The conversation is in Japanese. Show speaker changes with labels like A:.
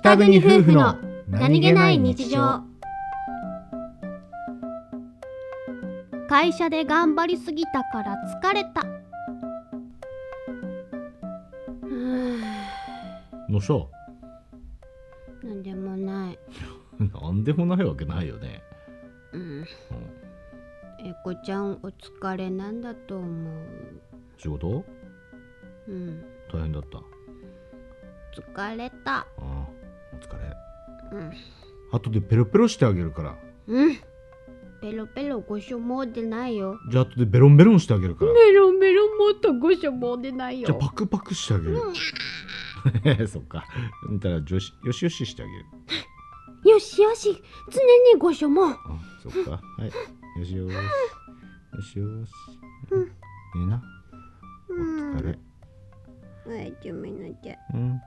A: 北国夫婦の何気ない日常会社で頑張りすぎたから疲れた うーん
B: のさ
A: なんでもない
B: なんでもないわけないよね、
A: うん
B: うん
A: エコちゃんお疲れなんだと思う
B: 仕事
A: うん
B: 大変だった
A: 疲れた
B: ああお疲れ
A: うん
B: 後でペロペロしてあげるから
A: うんペロペロご所望でないよ
B: じゃあ後でベロンベロンしてあげるから
A: ペロペロもっとご所望でない
B: じゃあパクパクしてあげる、 そっか見たらよしよしよししてあげる
A: よしよし常にご所望
B: あそっかはいよしよしよしよし
A: うん
B: いいなお疲れ
A: はい、ちょめなちゃ
B: うん